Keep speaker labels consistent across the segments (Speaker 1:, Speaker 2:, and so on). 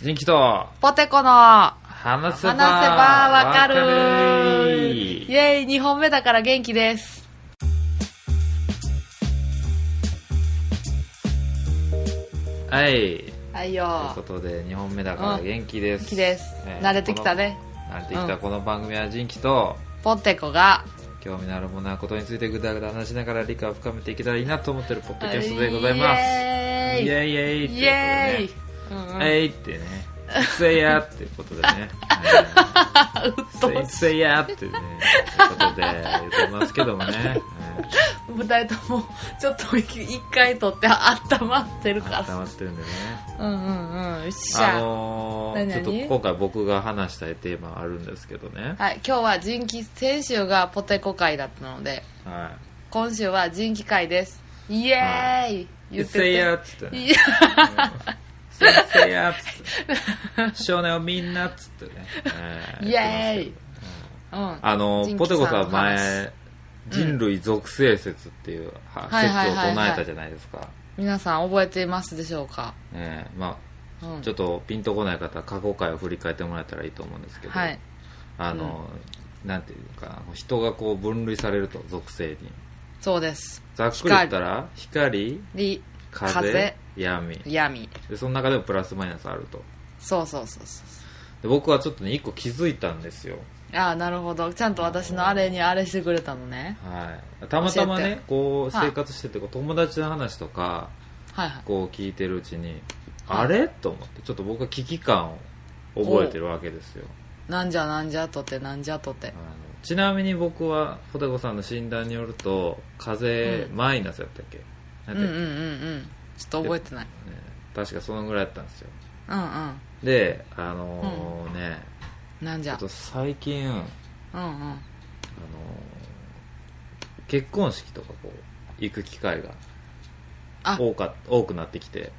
Speaker 1: 人気と
Speaker 2: ポテコの話
Speaker 1: 話せ
Speaker 2: せ
Speaker 1: ば
Speaker 2: ばわか
Speaker 1: わか
Speaker 2: る
Speaker 1: る
Speaker 2: イェイ、2本目だから元気です。
Speaker 1: はいとい
Speaker 2: はい
Speaker 1: う
Speaker 2: よ
Speaker 1: こ。とで2本目だから元気です
Speaker 2: 元気です
Speaker 1: え。ー
Speaker 2: 慣れてきたね。
Speaker 1: この慣れてき
Speaker 2: う
Speaker 1: た
Speaker 2: ん
Speaker 1: この番組は人気と
Speaker 2: ポテコが。
Speaker 1: 興味のあるものやことについてぐだぐだ話しながら理解を深めていけたらいいなと思ってるポッドキャストでございますイ
Speaker 2: イェーイ
Speaker 1: エイイエイってことで
Speaker 2: イ
Speaker 1: ね
Speaker 2: ェーイうんうん
Speaker 1: えいってね、いせやってことでね、
Speaker 2: うっと
Speaker 1: うんいせやってね、ことで言ってますけども ね、
Speaker 2: う二人とも、ちょっと一一回取って温まってる
Speaker 1: うん、
Speaker 2: か
Speaker 1: 温まってるんでね。
Speaker 2: ら。うんうんうん。よっし
Speaker 1: あ
Speaker 2: ゃ。
Speaker 1: の
Speaker 2: 何
Speaker 1: ー、ちょっ
Speaker 2: 々
Speaker 1: と今回僕が話したいテーマあるんですけどね、
Speaker 2: はい、今日は人気、先週がポテコ会だったので、
Speaker 1: は
Speaker 2: 今週は人気会です。イエーイ
Speaker 1: い。い
Speaker 2: 言って
Speaker 1: せ
Speaker 2: て。
Speaker 1: やっつってね、
Speaker 2: いや
Speaker 1: いせやっつ って、少年をみんなっつってね、え
Speaker 2: イエーイ
Speaker 1: 言ってますけど
Speaker 2: うん。
Speaker 1: あの
Speaker 2: ジ
Speaker 1: ー、
Speaker 2: ン
Speaker 1: ポ
Speaker 2: キ
Speaker 1: テ
Speaker 2: さん
Speaker 1: コ
Speaker 2: の
Speaker 1: さん前
Speaker 2: 話、
Speaker 1: 人類属性説っていうは
Speaker 2: はいはい
Speaker 1: 説を
Speaker 2: はいはい
Speaker 1: 唱えたじゃないですか。
Speaker 2: 皆さん覚えていますでしょうか、
Speaker 1: ええまあ
Speaker 2: うん、
Speaker 1: ちょっとピンとこない方は過去回を振り返ってもらえたらいいと思うんですけど、
Speaker 2: はい
Speaker 1: あの、なんていうかな人がこう分類されると属性に
Speaker 2: そうです
Speaker 1: ざっくり言ったら光
Speaker 2: り
Speaker 1: 風
Speaker 2: 風
Speaker 1: 闇
Speaker 2: 闇
Speaker 1: でその中でもプラスマイナスあると
Speaker 2: そうそうそうそう
Speaker 1: で僕はちょっとね一個気づいたんですよ、
Speaker 2: ああなるほどちゃんと私のあれにあれしてくれたのね
Speaker 1: はい、たまたま
Speaker 2: 教え
Speaker 1: ね
Speaker 2: て
Speaker 1: こう
Speaker 2: はい
Speaker 1: 生活しててこう友達の話とか
Speaker 2: はいはい
Speaker 1: こう聞いてるうちに
Speaker 2: はい
Speaker 1: あれと思ってちょっと僕は危機感を覚えてるわけですよ
Speaker 2: なんじゃなんじゃとてなんじゃとて
Speaker 1: あのちなみに僕はポテコさんの診断によると風邪
Speaker 2: う
Speaker 1: マイナスやったっけ、な
Speaker 2: うんんうん
Speaker 1: て
Speaker 2: うんうんちょっと覚えてない
Speaker 1: ね確かそのぐらいやったんですよ
Speaker 2: うんうん
Speaker 1: であのーね、
Speaker 2: なんじ
Speaker 1: ちょ
Speaker 2: ゃ
Speaker 1: っと最近、あの
Speaker 2: うんうん
Speaker 1: ー結婚式とかこう行く機会が
Speaker 2: あ
Speaker 1: 多か多くなってきて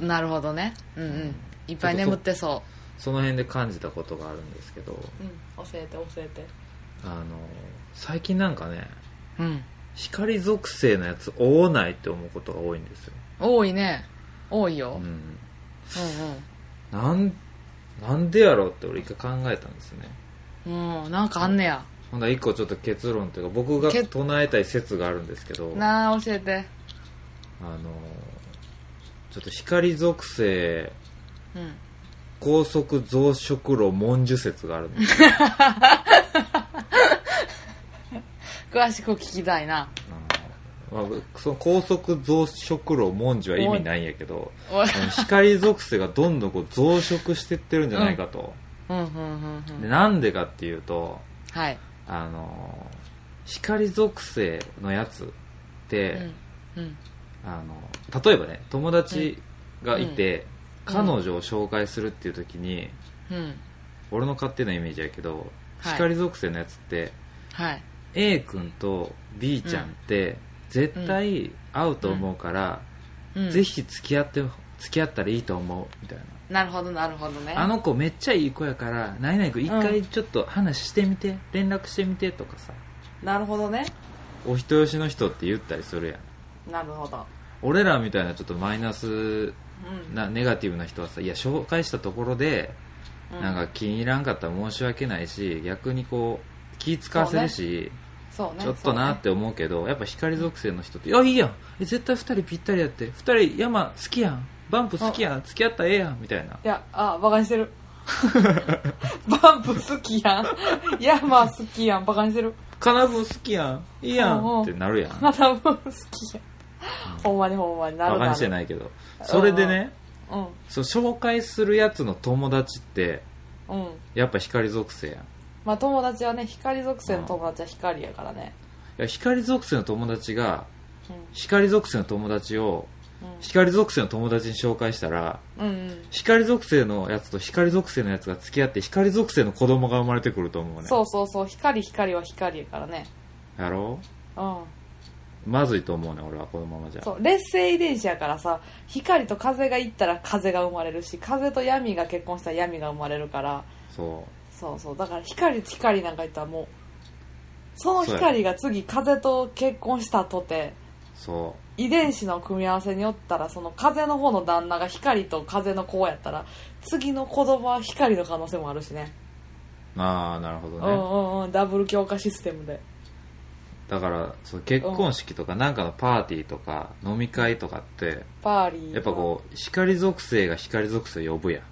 Speaker 2: なるほどねうんう
Speaker 1: うん
Speaker 2: んいっぱい眠ってそ
Speaker 1: その辺で感じたことがあるんですけど、
Speaker 2: ううん教えて教えて
Speaker 1: あのー最近なんかね
Speaker 2: うん
Speaker 1: 光属性のやつ追わないって思うことが多いんですよ、
Speaker 2: 多いね多い
Speaker 1: う
Speaker 2: よ、
Speaker 1: ん
Speaker 2: うん
Speaker 1: なんなんでやろうって俺一回考えたんですね
Speaker 2: うんうんなんかあんねや
Speaker 1: ほんなら一個ちょっと結論というか僕が
Speaker 2: け
Speaker 1: 唱えたい説があるんですけどあの
Speaker 2: なあ教えて
Speaker 1: ちょっと光属性
Speaker 2: うん
Speaker 1: 高速増殖炉文殊説があるんですよ、
Speaker 2: 詳しく聞きたいな
Speaker 1: うんまあ、その高速増殖炉文殊は意味ないんやけど
Speaker 2: おい
Speaker 1: あの光属性がどんどんこう増殖してってるんじゃないかと、
Speaker 2: うんうんうんうん
Speaker 1: でなんでかっていうと
Speaker 2: はい、
Speaker 1: あの光属性のやつって、
Speaker 2: うんうん
Speaker 1: あの例えばね友達がいて、
Speaker 2: うん
Speaker 1: 彼女を紹介するっていう時に、
Speaker 2: うん
Speaker 1: 俺の勝手なイメージやけど、
Speaker 2: はい
Speaker 1: 光属性のやつって
Speaker 2: はい
Speaker 1: A 君と B ちゃんって、絶対会うと思うから、
Speaker 2: うん
Speaker 1: ぜひ付き合って付き合ったらいいと思うみたいな、
Speaker 2: なるほどなるほどね
Speaker 1: あの子めっちゃいい子やから何々君一回ちょっと話してみて、連絡してみてとかさ
Speaker 2: なるほどね
Speaker 1: お人よしの人って言ったりするやん
Speaker 2: なるほど
Speaker 1: 俺らみたいなちょっとマイナス
Speaker 2: うん
Speaker 1: なネガティブな人はさいや紹介したところで、
Speaker 2: うん
Speaker 1: なんか気に入らんかったら申し訳ないし逆にこう気使わせるし、
Speaker 2: そうね
Speaker 1: ちょっとなって思うけどやっぱ光属性の人って「いやいいやんえ絶対2人ぴったりやって2人山好きやんバンプ好きやん付き合ったらええやん」みたいな
Speaker 2: そうねいやあバカにして るバンプ好きやんヤマ好きやんバカにしてる
Speaker 1: 「カナブン好きやんいいや」
Speaker 2: おうんおう
Speaker 1: ってなる やん
Speaker 2: マダム好きやんほんまにほんまになる
Speaker 1: バ
Speaker 2: な
Speaker 1: カにして
Speaker 2: い
Speaker 1: ないけどそれでね
Speaker 2: うん
Speaker 1: そう紹介するやつの友達って
Speaker 2: うん
Speaker 1: やっぱ光属性やん
Speaker 2: まあ友達はね光属性の友達は光やからね
Speaker 1: いや光属性の友達が
Speaker 2: うん
Speaker 1: 光属性の友達を光属性の友達に紹介したら
Speaker 2: うんうん
Speaker 1: 光属性のやつと光属性のやつが付き合って光属性の子供が生まれてくると思うね
Speaker 2: そうそうそう光光は光やからね
Speaker 1: やろ
Speaker 2: うん
Speaker 1: うまずいと思うね俺はこのままじゃ
Speaker 2: そう劣勢遺伝子やからさ光と風がいったら風が生まれるし風と闇が結婚したら闇が生まれるから
Speaker 1: そ
Speaker 2: そうそうだから光と光なんかいったらもうその
Speaker 1: そうや
Speaker 2: 光が次風と結婚したとて
Speaker 1: うそう
Speaker 2: 遺伝子の組み合わせによったらその風の方の旦那が光と風の子やったら次の子供は光の可能性もあるしね
Speaker 1: ああなるほど
Speaker 2: う
Speaker 1: ね、
Speaker 2: んうんうんダブル強化システムで
Speaker 1: だからその結婚式とかなんかのパーティーとか飲み会とかって
Speaker 2: パーリー
Speaker 1: やっぱこう光属性が光属性を呼ぶやんっ
Speaker 2: う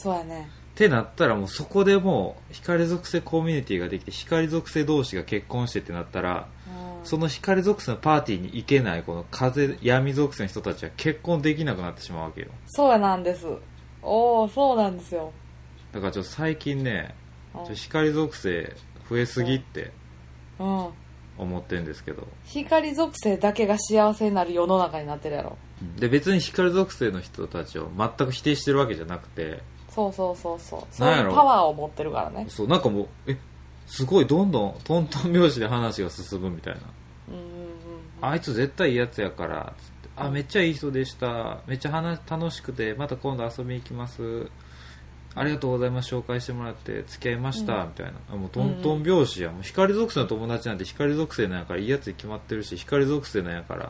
Speaker 2: そうやね
Speaker 1: てなったらもうそこでもう光属性コミュニティができて光属性同士が結婚してってなったら
Speaker 2: うん
Speaker 1: その光属性のパーティーに行けないこの風闇属性の人たちは結婚できなくなってしまうわけよ
Speaker 2: そうやなんですおおそうなんですよ
Speaker 1: だからちょっと最近ね
Speaker 2: う
Speaker 1: ちょっと
Speaker 2: ん
Speaker 1: 光属性増えすぎって
Speaker 2: うん
Speaker 1: 思ってるんですけど
Speaker 2: 光属性だけが幸せになる世の中になってるやろ
Speaker 1: で別に光属性の人たちを全く否定してるわけじゃなくて
Speaker 2: そうそうそうそうそう
Speaker 1: なん
Speaker 2: い
Speaker 1: や
Speaker 2: う
Speaker 1: ろ
Speaker 2: パワーを持ってるからね
Speaker 1: そうなんかもうえすごいどんどんトントン拍子で話が進むみたいな
Speaker 2: うんうん
Speaker 1: あいつ絶対いいやつやからつってあめっちゃいい人でしためっちゃ話楽しくてまた今度遊びに行きますありがとうございます紹介してもらって付き合いました、みたいなあもうトントン拍子やもう光属性の友達なんて光属性なんやからいいやつに決まってるし光属性なんやから、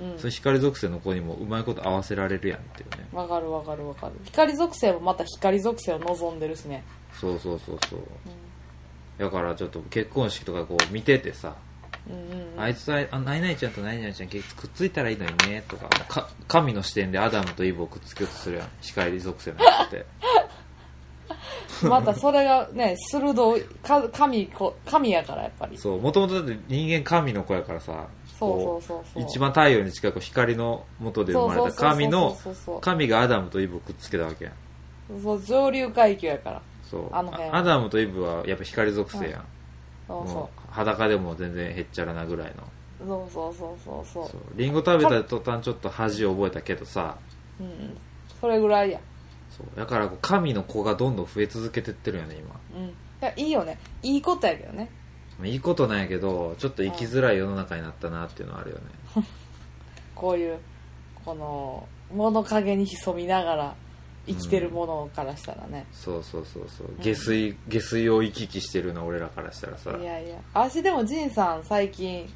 Speaker 2: うん
Speaker 1: その光属性の子にもうまいこと合わせられるやんっていうね
Speaker 2: うんわかるわかるわかる光属性もまた光属性を望んでるしね
Speaker 1: そうそうそうそう、だからちょっと結婚式とかこう見ててさ
Speaker 2: うんうん
Speaker 1: あいつはあ何々ちゃんと何々ちゃん結くっついたらいいのにねとかか神の視点でアダムとイブをくっつけようとするやん光属性のやつって
Speaker 2: またそれがね鋭いか神こ神やからやっぱりそ
Speaker 1: そうもともとだって人間神の子やからさ
Speaker 2: うそうそう
Speaker 1: こ
Speaker 2: そう
Speaker 1: う一番太陽に近く光の元で生まれた神の
Speaker 2: そうそうそうそうそう
Speaker 1: 神がアダムとイブをくっつけたわけやん
Speaker 2: そう上流階級やから
Speaker 1: そう
Speaker 2: あの辺
Speaker 1: アダムとイブはやっぱ光属性やん、
Speaker 2: そう
Speaker 1: も
Speaker 2: そう
Speaker 1: 裸でも全然へっちゃらなぐらいの
Speaker 2: うそうそうそうそうそう
Speaker 1: そうリンゴ食べた途端ちょっと恥を覚えたけどさ
Speaker 2: うんうんそれぐらいや
Speaker 1: そうだからこう神の子がどんどん増え続けてってるよね今
Speaker 2: うんいやいいよねいいことやけどね
Speaker 1: いいことなんやけどちょっと生きづらい世の中になったなっていうのはあるよね、
Speaker 2: こういうこの物陰に潜みながら生きてるものからしたらね、
Speaker 1: そうそうそうそう下水下水を行き来してるの俺らからしたらさ
Speaker 2: いやいや私でも仁さん最近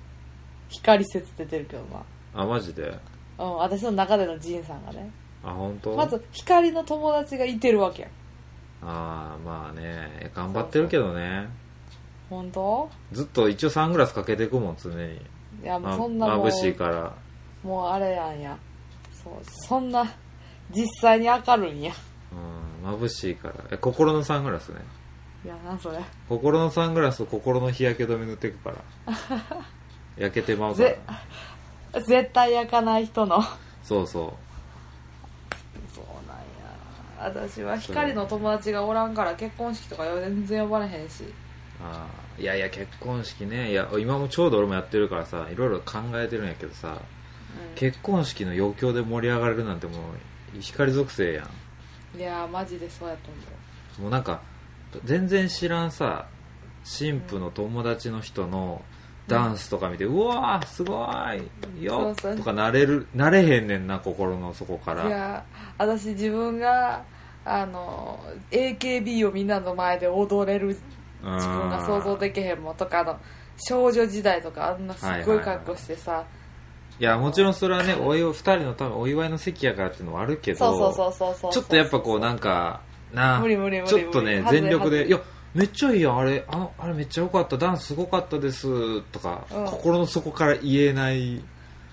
Speaker 2: 光説出てるけどな
Speaker 1: あマジで
Speaker 2: うん、私の中での仁さんがね
Speaker 1: あ本当
Speaker 2: まず光の友達がいてるわけや
Speaker 1: あ
Speaker 2: ん
Speaker 1: あまあねいや頑張ってるけどね
Speaker 2: 本当
Speaker 1: ずっと一応サングラスかけていくもん常に、
Speaker 2: いやもう
Speaker 1: ま、
Speaker 2: そんなもう
Speaker 1: 眩しいから
Speaker 2: もうあれやんやそうそんな実際に明るいんや
Speaker 1: うん眩しいからえ心のサングラスね
Speaker 2: いやなんそれ
Speaker 1: 心のサングラスを心の日焼け止め塗っていく から焼けてまうから
Speaker 2: ぜ絶対焼かない人の
Speaker 1: そうそう
Speaker 2: そうなんや私は光の友達がおらんから結婚式とか全然呼ばれへんし
Speaker 1: あーいやいや結婚式ねいや今もちょうど俺もやってるからさいろいろ考えてるんやけどさ、結婚式の余興で盛り上がれるなんてもう光属性やん
Speaker 2: いやーマジでそうやと思
Speaker 1: もうなんか全然知らんさ新婦の友達の人のダンスとか見て、うわーすごいよ
Speaker 2: そうそう
Speaker 1: とかなれるなれへんねんな心の底か
Speaker 2: う
Speaker 1: ら
Speaker 2: いやー私自分があの AKB をみんなの前で踊れる
Speaker 1: うん
Speaker 2: 自分が想像できへんもんとかあの少女時代とかあんなすっごい格好してさ、
Speaker 1: いやもちろんそれはねお祝い2人の多分お祝いの席やからっていうのもあるけど
Speaker 2: そうそうそうそうそう
Speaker 1: ちょっとやっぱこうなんかなあ
Speaker 2: 無理無理無理
Speaker 1: ちょっとね
Speaker 2: 無理
Speaker 1: 全力
Speaker 2: 外れ外れ
Speaker 1: で「いやめっちゃいいやんあれあのあれめっちゃ良かったダンスすごかったです」とか、
Speaker 2: うん
Speaker 1: 心の底から言えない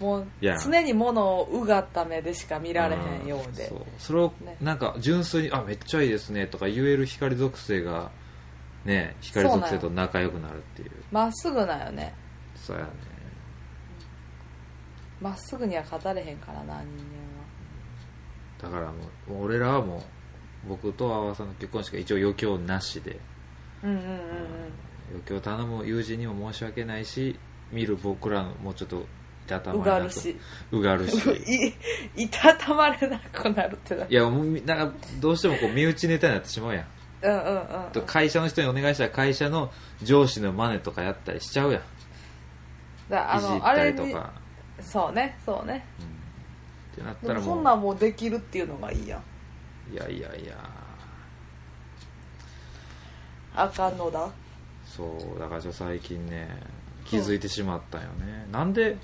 Speaker 2: もう
Speaker 1: いや
Speaker 2: 常に物をうがった目でしか見られへんようで、
Speaker 1: そうそれを
Speaker 2: ね
Speaker 1: なんか純粋に「あめっちゃいいですね」とか言える光属性がね光属性と仲良くなるっていう
Speaker 2: まっすぐなよね
Speaker 1: そうやね
Speaker 2: まっすぐには語れへんからな人間は
Speaker 1: だからもうもう俺らはもう僕と阿波さんの結婚式は一応余興なしで
Speaker 2: うんうんうんうん
Speaker 1: 余興頼む友人にも申し訳ないし見る僕らのもうちょっといたたま
Speaker 2: う
Speaker 1: れな
Speaker 2: が
Speaker 1: く
Speaker 2: るし
Speaker 1: うが るし
Speaker 2: いいたたまれなくなるってない
Speaker 1: やもうみなんかどうしてもこう身内ネタになってしまうやん
Speaker 2: うんうんうん
Speaker 1: と会社の人にお願いしたら会社の上司の真似とかやったりしちゃうやんい
Speaker 2: だあ
Speaker 1: じっ
Speaker 2: のあ
Speaker 1: た
Speaker 2: れ
Speaker 1: りと
Speaker 2: に
Speaker 1: か
Speaker 2: そうねそうね
Speaker 1: ってなった
Speaker 2: で
Speaker 1: ら
Speaker 2: もそ
Speaker 1: も
Speaker 2: ん
Speaker 1: う
Speaker 2: なんもうできるっていうのがいいやん
Speaker 1: いやいやいや
Speaker 2: あかんのだ
Speaker 1: そうだからちょっと最近ね気づいてしまったよね、なんで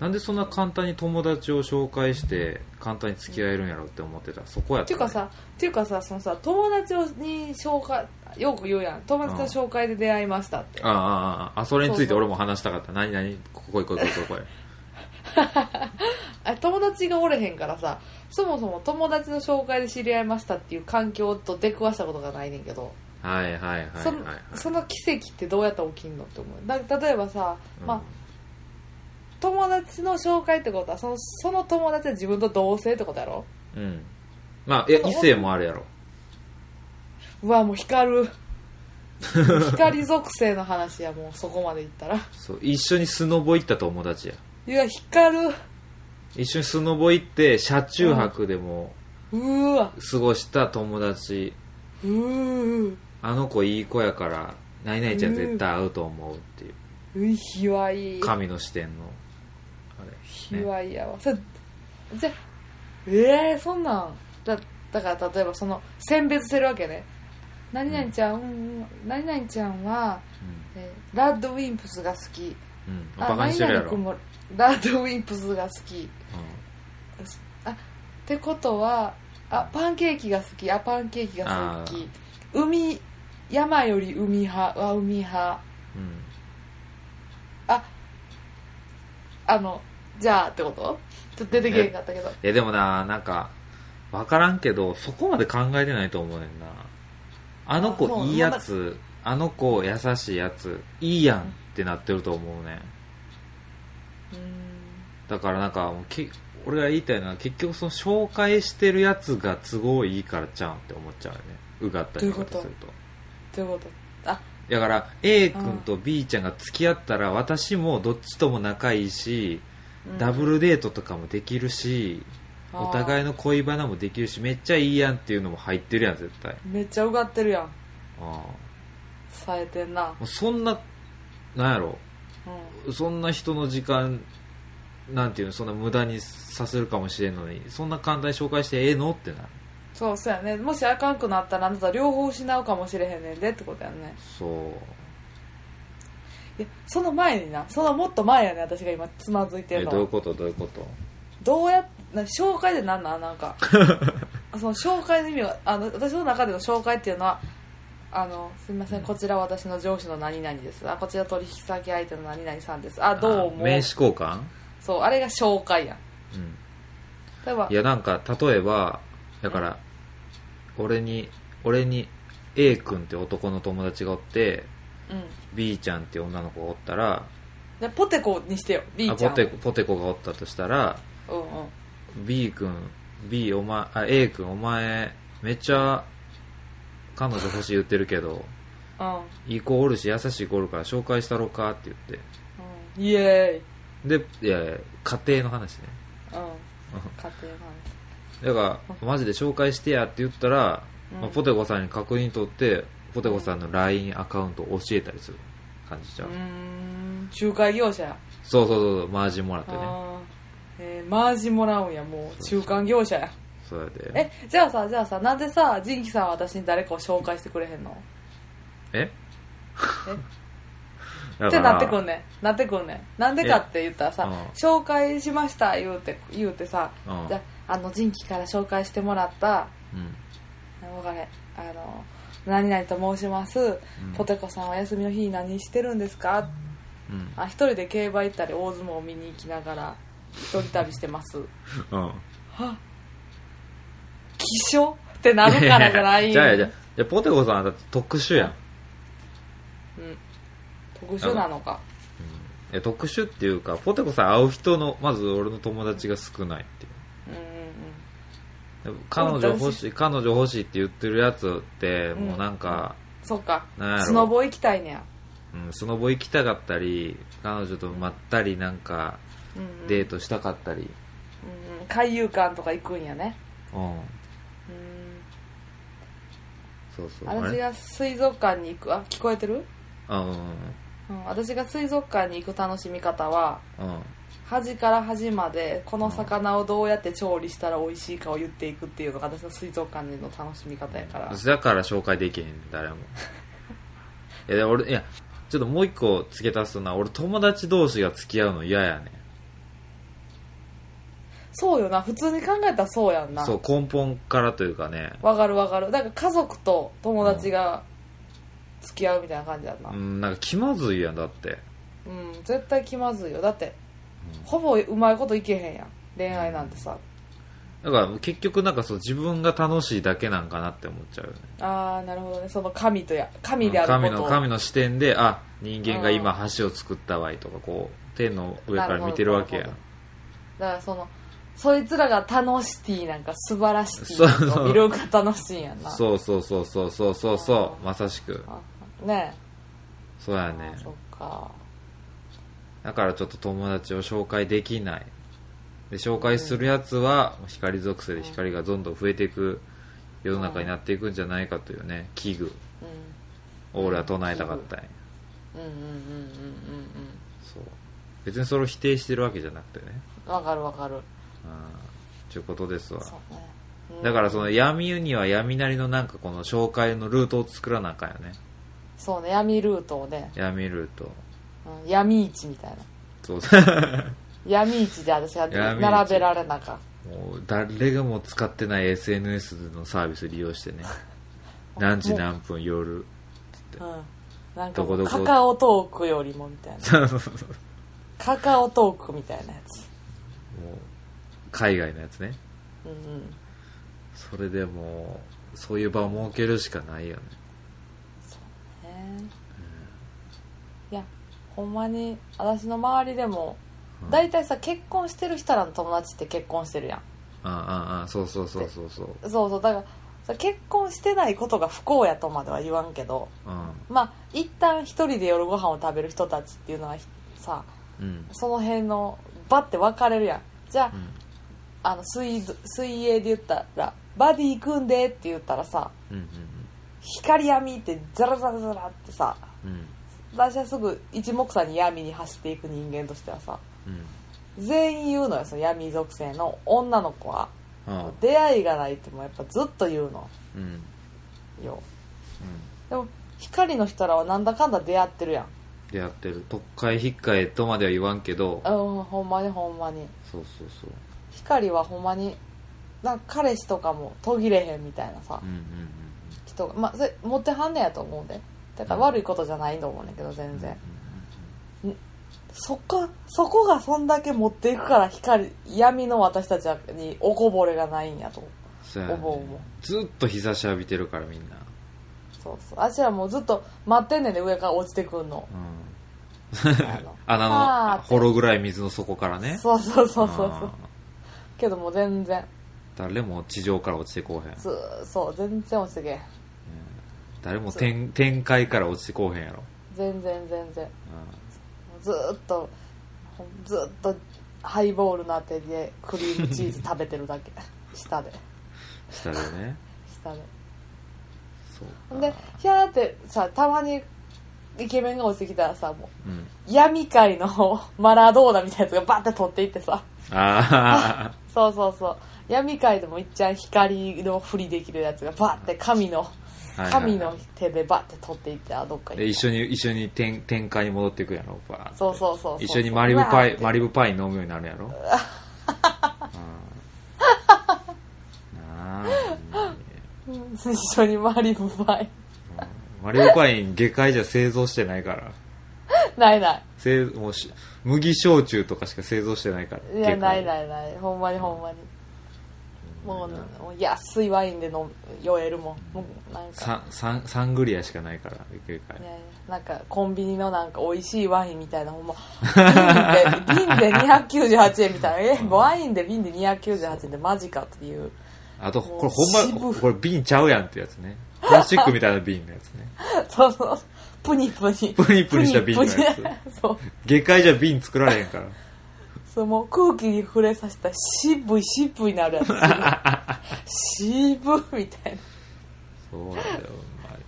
Speaker 1: なんでそんな簡単に友達を紹介して簡単に付き合えるんやろうって思ってたそこやっ
Speaker 2: って
Speaker 1: た、
Speaker 2: いうかさっていうかさそのさ友達をに紹介よく言うやん友達の紹介で出会いましたって
Speaker 1: ああああああそれにつ
Speaker 2: そ
Speaker 1: いうて
Speaker 2: そう
Speaker 1: 俺も話したかった何何ここ行こう行こう行こう行こ
Speaker 2: あ友達がおれへんからさそもそも友達の紹介で知り合いましたっていう環境と出くわしたことがないねんけど、
Speaker 1: うはいはいはいはい
Speaker 2: そ
Speaker 1: はい
Speaker 2: のその奇跡ってどうやったら起きんのって思うだ例えばさ、まあ、友達の紹介ってことはそのその友達は自分と同性ってことやろ
Speaker 1: うん、うんまあいや
Speaker 2: その
Speaker 1: 異性もあるやろ
Speaker 2: うわもう光る光属性の話やもうそこまでいったら
Speaker 1: そう一緒にスノボ行った友達や
Speaker 2: いや光る
Speaker 1: 一緒にスノボ行って車中泊でも
Speaker 2: うーわ
Speaker 1: 過ごした友達、
Speaker 2: うー
Speaker 1: あの子いい子やから何々ちゃん絶対会うと思うっていう
Speaker 2: ういひわいい
Speaker 1: 神の視点のあ
Speaker 2: ひ
Speaker 1: れ、ね、
Speaker 2: わいやわそれじゃえー、そんなんだだから例えばその選別してるわけね何々ちゃん、うん、何々ちゃんは、えーラッドウィンプスが好き
Speaker 1: うん、うん、
Speaker 2: あ
Speaker 1: バカにしてるやろ、
Speaker 2: 何
Speaker 1: うん、
Speaker 2: 々君もラッドウィンプスが好きあってことはあパンケーキが好きあパンケーキが好き海山より海派は海派
Speaker 1: うん
Speaker 2: あのじゃあってことちょっと出てけへんかったけど
Speaker 1: いやでもな、なんか、わからんけど、そこまで考えてないと思うねんな。あの
Speaker 2: あも
Speaker 1: 子
Speaker 2: う
Speaker 1: いいやつ、あの子優しいやつ、いいやんってなってると思うね。
Speaker 2: うん
Speaker 1: だからなんかもうけ、俺が言いたいのは結局その紹介してるやつが都合いいからちゃうんって思っちゃうよね。うがったりとか
Speaker 2: どう
Speaker 1: す
Speaker 2: い
Speaker 1: ると。
Speaker 2: うどういうことあ
Speaker 1: だから A 君と B ちゃんが付き合ったら私もどっちとも仲いいし、ダブルデートとかもできるし、お互い
Speaker 2: い
Speaker 1: の恋バナもできるしめっちゃいいやんっていうのも入ってるやん絶対
Speaker 2: めっちゃうがってるやん
Speaker 1: ああも
Speaker 2: 冴えてんな、
Speaker 1: うそんななんやろ
Speaker 2: う
Speaker 1: そんな人の時間なんていうのそんな無駄にさせるかもしれんのにそんな簡単に紹介してええのってなる
Speaker 2: ん、そうそうやねもしあかんくなったらあなた両方失うかもしれへんねんでってことやんね
Speaker 1: そう
Speaker 2: いやその前になそのもっと前やね私が今つまずいて
Speaker 1: え
Speaker 2: るの
Speaker 1: どういうことどういうこと
Speaker 2: どうやっな紹介でなんなんな んかその紹介の意味はあの私の中での紹介っていうのはあのすみませんこちら私の上司の何々ですあこちら取引先相手の何々さんですあどう
Speaker 1: あ
Speaker 2: も
Speaker 1: 名刺交換、
Speaker 2: そうあれが紹介やん
Speaker 1: うん、
Speaker 2: 例えば
Speaker 1: いやなんか例えばだから俺に俺に A 君って男の友達がおって
Speaker 2: うん
Speaker 1: B ちゃんって女の子がおったら
Speaker 2: でポテコにしてよ B
Speaker 1: あ
Speaker 2: ちゃ
Speaker 1: ポ
Speaker 2: んを
Speaker 1: テコポテコがおったとしたら
Speaker 2: うんうん
Speaker 1: B 君 B お前あ A 君お前めっちゃ彼女欲しい言ってるけど
Speaker 2: うん
Speaker 1: いい子おるし優しい子おるから紹介したろかって言
Speaker 2: うんイエ
Speaker 1: ってでいやいや家庭の話ね
Speaker 2: ーイ、うん、家庭の
Speaker 1: だからマジで紹介してやって言ったら、
Speaker 2: うん
Speaker 1: まあポテコさんに確認取ってポテコさんの LINE アカウントを教えたりする感じちゃう、
Speaker 2: 話うーん仲介業者や、
Speaker 1: そうそうそうそうマージンもらってね
Speaker 2: あーえーマージもらうんやもう中間業者や
Speaker 1: それで
Speaker 2: えじゃあさじゃあさなんでさ仁キさんは私に誰かを紹介してくれへんの
Speaker 1: え
Speaker 2: っ
Speaker 1: だ
Speaker 2: て
Speaker 1: から
Speaker 2: なってくんねんなってくんねんなんでかって言ったらさ
Speaker 1: うん
Speaker 2: 紹介しました言うて言うてさ、
Speaker 1: うん
Speaker 2: じゃああの仁キから紹介してもらった
Speaker 1: うん
Speaker 2: わかれあの何々と申します、ポテコさんは休みの日何してるんですか
Speaker 1: うん
Speaker 2: あ一人で競馬行ったり大相撲を見に行きながら一人旅してます
Speaker 1: うん
Speaker 2: 気象ってなるからじ ゃない
Speaker 1: じゃあじゃあじゃあポテコさんはだって特殊やん
Speaker 2: 特殊なのか
Speaker 1: え特殊っていうかポテコさん会う人のまず俺の友達が少ないっていう
Speaker 2: うんうん
Speaker 1: 彼女欲しい彼女欲しいって言ってるやつってもうなんか、
Speaker 2: うんそっか
Speaker 1: なんやろ
Speaker 2: スノボ行きたいねや、
Speaker 1: うん、スノボ行きたかったり彼女とまったりなんか
Speaker 2: うんうん
Speaker 1: デートしたかったり、
Speaker 2: うんうん海遊館とか行くんやね
Speaker 1: うん、
Speaker 2: うん
Speaker 1: そうそうあ
Speaker 2: 私
Speaker 1: れ
Speaker 2: が水族館に行くあ聞こえてる、
Speaker 1: あうん
Speaker 2: うん、私が水族館に行く楽しみ方は
Speaker 1: うんうん
Speaker 2: 端から端までこの魚をどうやって調理したら美味しいかを言っていくっていうのが私の水族館での楽しみ方やから
Speaker 1: だから紹介できへん誰も いや俺いやちょっともう一個付け足すのは俺友達同士が付き合うの嫌やね
Speaker 2: そうよな普通に考えたらそうやんな
Speaker 1: そう根本からというかね
Speaker 2: わかるわかるだから家族と友達が付き合うみたいな感じやんな
Speaker 1: うんなんか気まずいやんだって
Speaker 2: うん、絶対気まずいよだってほぼうまいこといけへんやん恋愛なんてさ
Speaker 1: だから結局なんかそう自分が楽しいだけなんかなって思っちゃうよね
Speaker 2: ああなるほどねその神とや
Speaker 1: う
Speaker 2: 神
Speaker 1: ん
Speaker 2: であ
Speaker 1: 神
Speaker 2: ること
Speaker 1: の
Speaker 2: を
Speaker 1: 神の視点であ人間が今橋を作ったわいとかこう天の上から見てるわけや
Speaker 2: なる
Speaker 1: ん
Speaker 2: だからそのそいつらが楽しティなんか素晴らしテ
Speaker 1: そうそう
Speaker 2: ィを見るが楽しいんやんな
Speaker 1: そうそうそうそうそうそうそうまさしく
Speaker 2: あね
Speaker 1: そうや
Speaker 2: え、
Speaker 1: ね
Speaker 2: そっか
Speaker 1: だからちょっと友達を紹介できないで紹介するやつは光属性で光がどんどん増えていく世の中になっていくんじゃないかというね危惧
Speaker 2: う
Speaker 1: を俺は唱えたかったんや
Speaker 2: んうんうんうんうん
Speaker 1: そう別にそれを否定してるわけじゃなくてね
Speaker 2: うんうんわかるわかる
Speaker 1: うんちゅうことですわ
Speaker 2: そうね、うん
Speaker 1: だからその闇には闇なりのなんかこの紹介のルートを作らなあかんよね
Speaker 2: そうね闇ルートをね、
Speaker 1: 闇ルート
Speaker 2: うん、闇市みたいな
Speaker 1: そう
Speaker 2: 闇市で私は
Speaker 1: 闇市
Speaker 2: 並べられなあかん
Speaker 1: もう誰がも使ってない SNS のサービス利用してね何時何分夜
Speaker 2: うんなんかも
Speaker 1: どこ
Speaker 2: う
Speaker 1: どこ
Speaker 2: カカオトークよりもみたいなカカオトークみたいなやつ
Speaker 1: もう海外のやつね
Speaker 2: うんうん
Speaker 1: それでもうそういう場を設けるしかないよね
Speaker 2: ねいやほんまに私の周りでも
Speaker 1: うん
Speaker 2: 大体さ結婚してる人らの友達って結婚してるやん
Speaker 1: ああああそうそうそうそうそう
Speaker 2: そうそうだからさ結婚してないことが不幸やとまでは言わんけど
Speaker 1: うん
Speaker 2: まあ一旦一人で夜ご飯を食べる人たちっていうのはひさ
Speaker 1: うん
Speaker 2: その辺のバッて分かれるやんじゃあ,、
Speaker 1: うん
Speaker 2: あの水水泳で言ったら「バディ組んで」って言ったらさ
Speaker 1: うん
Speaker 2: 光闇ってザラザラザラってさ
Speaker 1: うんうん
Speaker 2: 私はすぐ一目散に闇に走っていく人間としてはさ
Speaker 1: うん
Speaker 2: 全員言うのよその闇属性の女の子は
Speaker 1: ああ
Speaker 2: 出会いがないってもうやっぱずっと言うの
Speaker 1: うんうん
Speaker 2: よでも光の人らはなんだかんだ出会ってるやん
Speaker 1: でやってる特会引っかえとまでは言わんけど
Speaker 2: うんほんまにほんまに
Speaker 1: そうそうそう
Speaker 2: 光はほんまになんか彼氏とかも途切れへんみたいなさ
Speaker 1: うんうん
Speaker 2: 人がまあそれ持ってはんねやと思うんでだから悪いことじゃないと思うねんだけど全然そっかそこがそんだけ持っていくから光闇の私たちにおこぼれがないんやと思う
Speaker 1: そうやね
Speaker 2: お盆も
Speaker 1: ずっと日差し浴びてるからみんな
Speaker 2: そうそうあちらもうずっと待ってんねんで上から落ちてくん の
Speaker 1: うん
Speaker 2: あの
Speaker 1: 穴の
Speaker 2: あー
Speaker 1: あ掘るぐらい水の底からね
Speaker 2: そうそうそうそうそううんけどもう全然
Speaker 1: 誰も地上から落ちてこうへん
Speaker 2: ずそう全然落ちてけへん
Speaker 1: 誰も天天界から落ちてこうへんやろ、
Speaker 2: 全然全然
Speaker 1: う
Speaker 2: ずーっとほんずーっとハイボールのあてでクリームチーズ食べてるだけ 下で
Speaker 1: ん、下で ね
Speaker 2: 下で
Speaker 1: そうか
Speaker 2: ほんでひゃーってさたまにイケメンが落ちてきたらさも
Speaker 1: うん、
Speaker 2: う闇界のマラドーナみたいなやつがバッて取っていってさ
Speaker 1: ああ
Speaker 2: そうそうそう闇界でもいっちゃん光のふりできるやつがバッて神の
Speaker 1: はいはい
Speaker 2: 神の手でバッて取っていってあどっか
Speaker 1: で
Speaker 2: 行っ
Speaker 1: 一
Speaker 2: た
Speaker 1: 緒に一緒に天天界に戻っていくやろバーって
Speaker 2: そうそうそうそう
Speaker 1: 一緒にマリブパ
Speaker 2: うわーっ
Speaker 1: イ
Speaker 2: て
Speaker 1: マリブパイ飲むようになるや ろうんなあほんまに
Speaker 2: 一緒にマリブバイ
Speaker 1: マリブパイン下界じゃ製造してないから
Speaker 2: ないない
Speaker 1: 製もうし麦焼酎とかしか製造してないから
Speaker 2: いや
Speaker 1: 外科医
Speaker 2: ないないないほんまにほんまにもうなもう安いワインで飲む酔えるもんもうなんか
Speaker 1: サンサンサングリアしかないから外科医
Speaker 2: いやいやなんかコンビニのなんか美味しいワインみたいなほんま瓶で瓶で298円みたいなえワインで瓶で298円でマジかっていう
Speaker 1: あと
Speaker 2: もう
Speaker 1: これほんま
Speaker 2: 渋い
Speaker 1: これ瓶ちゃうやんってやつねプラスチックみたいな瓶のやつね
Speaker 2: そうそうプニプニ
Speaker 1: プニプニした瓶のやつ
Speaker 2: プニプニそう
Speaker 1: 下界じゃ瓶作られへんから
Speaker 2: その空気に触れさせたら渋い渋いなるやつ渋いみたいな
Speaker 1: そうだよほんまに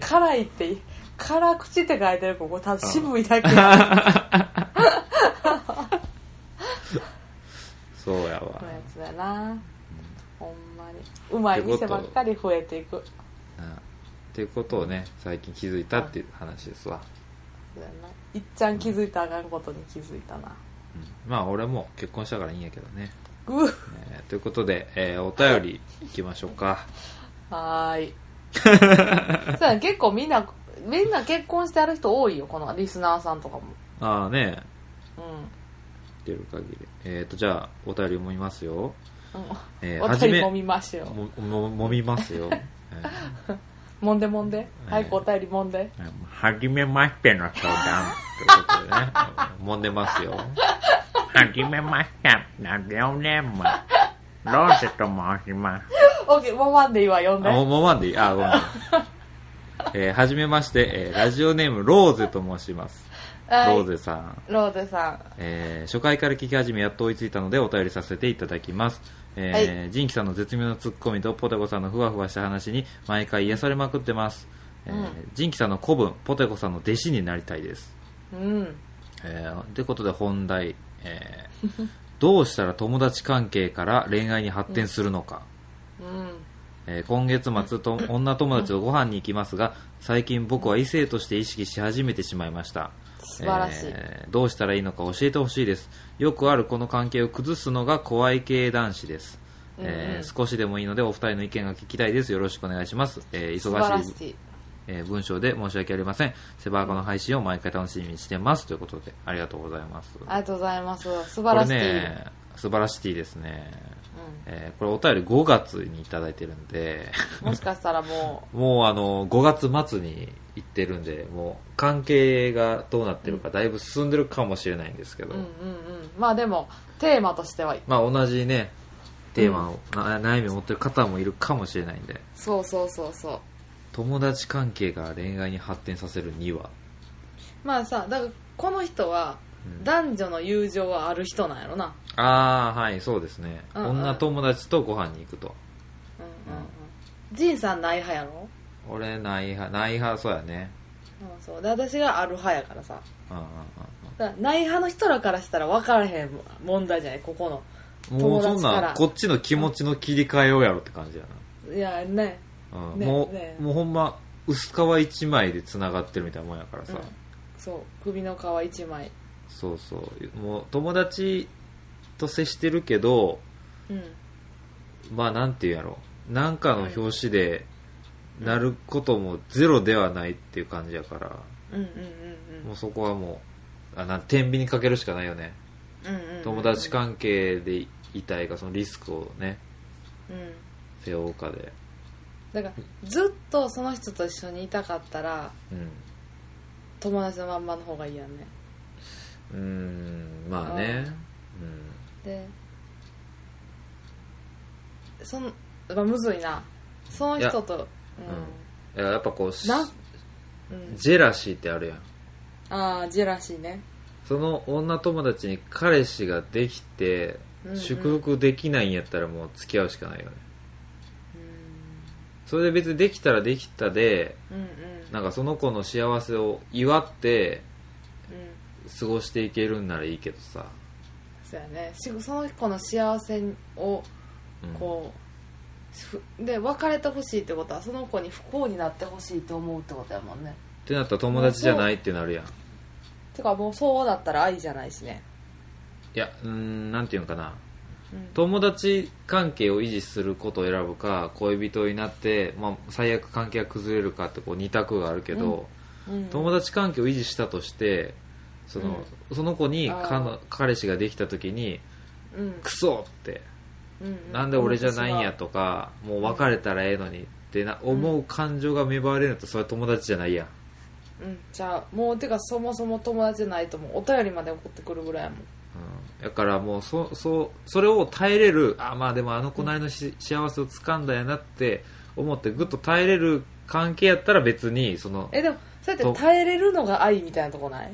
Speaker 2: 辛いって辛口って書いてるここただ渋いだけ
Speaker 1: そうやわ
Speaker 2: のやつだな、ほんまにうまい店ばっかり増えていく
Speaker 1: うんっていうことをね最近気づいたっていう話ですわ、
Speaker 2: そうやないっちゃん気づいたらあかんことに気づいたな
Speaker 1: うんまあ俺も結婚したからいいんやけどね
Speaker 2: うう
Speaker 1: えーということで、えーお便りいきましょうか。
Speaker 2: は ーいそうや結構みんなみんな結婚してある人多いよこのリスナーさんとかも
Speaker 1: ああね、
Speaker 2: う
Speaker 1: 出る限り。えっ、と、じゃあ、お便りも見ますよ。
Speaker 2: ん、うん
Speaker 1: えー
Speaker 2: お
Speaker 1: はじ
Speaker 2: 便り
Speaker 1: め、
Speaker 2: も
Speaker 1: も
Speaker 2: みましょう
Speaker 1: ももみますよ。えー
Speaker 2: もんでもんで早く
Speaker 1: えー
Speaker 2: お便りもんで
Speaker 1: はじめましての相談ということでね、揉んでますよ。はじめまして、ラジオネーム、ローゼと申します。
Speaker 2: オッケーワンワンでいいわ呼んで
Speaker 1: あ、もう揉まんでいいあ、ごめん。えーはじめまして、えーラジオネーム、ローゼと申します。
Speaker 2: はい
Speaker 1: ローゼさん。
Speaker 2: ローゼさん
Speaker 1: えー初回から聞き始めやっと追いついたのでお便りさせていただきます、えージンキさんの絶妙なツッコミとポテコさんのふわふわした話に毎回癒されまくってます、えー
Speaker 2: うん
Speaker 1: ジンキさんの子分ポテコさんの弟子になりたいです
Speaker 2: うん
Speaker 1: えーということで本題、えー どうしたら友達関係から恋愛に発展するのか、
Speaker 2: うん
Speaker 1: えー今月末 と女友達とご飯に行きますが最近僕は異性として意識し始めてしまいました
Speaker 2: 素晴らしい、
Speaker 1: えーどうしたらいいのか教えてほしいですよくあるこの関係を崩すのが怖い系男子です、えー少しでもいいのでお二人の意見が聞きたいですよろしくお願いします、えー
Speaker 2: 素晴ら
Speaker 1: 忙しい
Speaker 2: しい
Speaker 1: えー文章で申し訳ありませんセバーコの配信を毎回楽しみにしてますということでありがとうございます
Speaker 2: ありがとうございます素晴らしい、
Speaker 1: これね素晴らしいですね、
Speaker 2: う
Speaker 1: えーこれお便り5月にいただいてるんで
Speaker 2: ん、もしかしたらも
Speaker 1: もうあの5月末に行ってるんでもう関係がどうなってるかだいぶ進んでるかもしれないんですけ
Speaker 2: う
Speaker 1: ど、
Speaker 2: うんうんうんまあでもテーマとしては
Speaker 1: まあ同じね、テーマを、な悩みを持ってる方もいるかもしれないんで、
Speaker 2: そうそうそうそう
Speaker 1: 友達関係から恋愛に発展させるには、
Speaker 2: まあさだからこの人は男女の友情はある人なんやろな
Speaker 1: ああ、はい、そうですね。
Speaker 2: うんうん
Speaker 1: 女友達とご飯に行くと。
Speaker 2: うんうんうん仁さんない派やろ
Speaker 1: 俺、ない派、ない派、そうやね。
Speaker 2: うんそうで私がある派やからさ
Speaker 1: うんうん
Speaker 2: だからない派の人らからしたら分からへん問題じゃないここ
Speaker 1: うんうんもう
Speaker 2: 友
Speaker 1: そ
Speaker 2: 達
Speaker 1: ん
Speaker 2: から
Speaker 1: な、こっちの気持ちの切り替えようやろって感じや
Speaker 2: のいやね
Speaker 1: な。うん
Speaker 2: ね
Speaker 1: も
Speaker 2: ね
Speaker 1: う、もうほんま、薄皮一枚で繋がってるみたいなもんやからさ。
Speaker 2: うんそう首の皮一枚
Speaker 1: そうそう。もう、友達と接してるけど、
Speaker 2: うん
Speaker 1: まあなんていうんやろなんかの表紙でなることもゼロではないっていう感じやから
Speaker 2: うんうん
Speaker 1: もうそこはもうあなん天秤にかけるしかないよね
Speaker 2: うんうんうんうん
Speaker 1: 友達関係でいたいかそのリスクをね
Speaker 2: うん
Speaker 1: 背負うかで
Speaker 2: だからずっとその人と一緒にいたかったら
Speaker 1: うん
Speaker 2: 友達のまんまの方がいいやんね
Speaker 1: うーんまあね
Speaker 2: でそのまあむずいなその人と
Speaker 1: うんいややっぱこうし
Speaker 2: なうん、うん、
Speaker 1: ジェラシーってあるやん
Speaker 2: ああジェラシーね
Speaker 1: その女友達に彼氏ができて
Speaker 2: うんうん
Speaker 1: 祝福できないんやったらもう付き合うしかないよね
Speaker 2: うん
Speaker 1: それで別にできたらできたで
Speaker 2: うん
Speaker 1: なんかその子の幸せを祝って
Speaker 2: うんうん
Speaker 1: 過ごしていけるんならいいけどさ、
Speaker 2: そうやねしその子の幸せを
Speaker 1: うん
Speaker 2: こう、ふで別れてほしいってことはその子に不幸になってほしいと思うってことやもんね
Speaker 1: ってなったら友達じゃないってなるやんい
Speaker 2: てかもうそうだったら愛じゃないしね
Speaker 1: やうーんなんていうのかな
Speaker 2: うん
Speaker 1: 友達関係を維持することを選ぶか恋人になって、まあ、最悪関係が崩れるかってこう2択があるけど、
Speaker 2: うん
Speaker 1: 友達関係を維持したとしてその,、その子に彼の彼氏ができた時に
Speaker 2: うん
Speaker 1: クソって
Speaker 2: うん
Speaker 1: なんで俺じゃないんやとか、もう別れたらええのにってな思う感情が芽生えるんやったらそれは友達じゃないやん
Speaker 2: うんじゃあもうてかそもそも友達じゃないともうお便りまで送ってくるぐらいやもん
Speaker 1: うんだからもうそそそれを耐えれるあまあでもあの子なりのし、幸せをつかんだんやなって思ってぐっと耐えれる関係やったら別にその
Speaker 2: えでもそうやって耐えれるのが愛みたいなとこない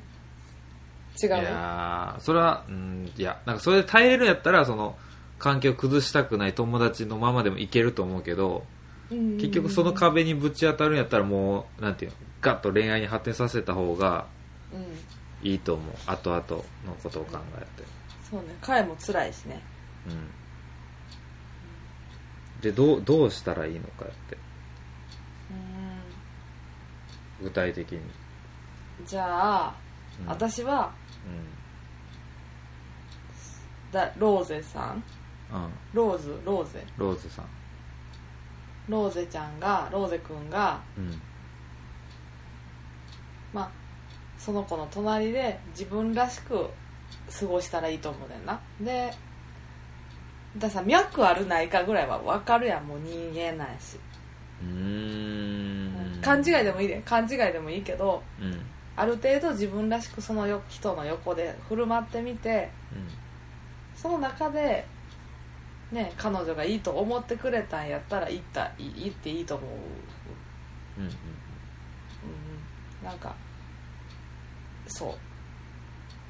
Speaker 2: 違
Speaker 1: い
Speaker 2: う
Speaker 1: やーそれはうんいやなんかそれで耐えれるんやったらその関係を崩したくない友達のままでもいけると思うけど結
Speaker 2: 結
Speaker 1: 局その壁にぶち当たるんやったらもうなんていうのガッと恋愛に発展させた方が
Speaker 2: うん
Speaker 1: いいと思う後々のことを考えて
Speaker 2: そうね彼も辛いしね
Speaker 1: うんでどうどうしたらいいのかって
Speaker 2: うん
Speaker 1: 具体的に、
Speaker 2: じゃあ
Speaker 1: うん、
Speaker 2: 私は
Speaker 1: うん
Speaker 2: だローゼさん
Speaker 1: あうん、
Speaker 2: ローズローゼ
Speaker 1: ローズさん、
Speaker 2: ローゼちゃんがローゼくんが
Speaker 1: うん、
Speaker 2: まあその子の隣で自分らしく過ごしたらいいと思うねんなでだからさ脈あるないかぐらいは分かるやんもう人間なんやし、
Speaker 1: うーん
Speaker 2: 勘違いでもいいで勘違いでもいいけど
Speaker 1: うんうん
Speaker 2: ある程度自分らしくそのよ人の横で振る舞ってみてその中で、ね、彼女がいいと思ってくれたんやったら行ったい行っていいと思う、
Speaker 1: うん
Speaker 2: うん、なんかそ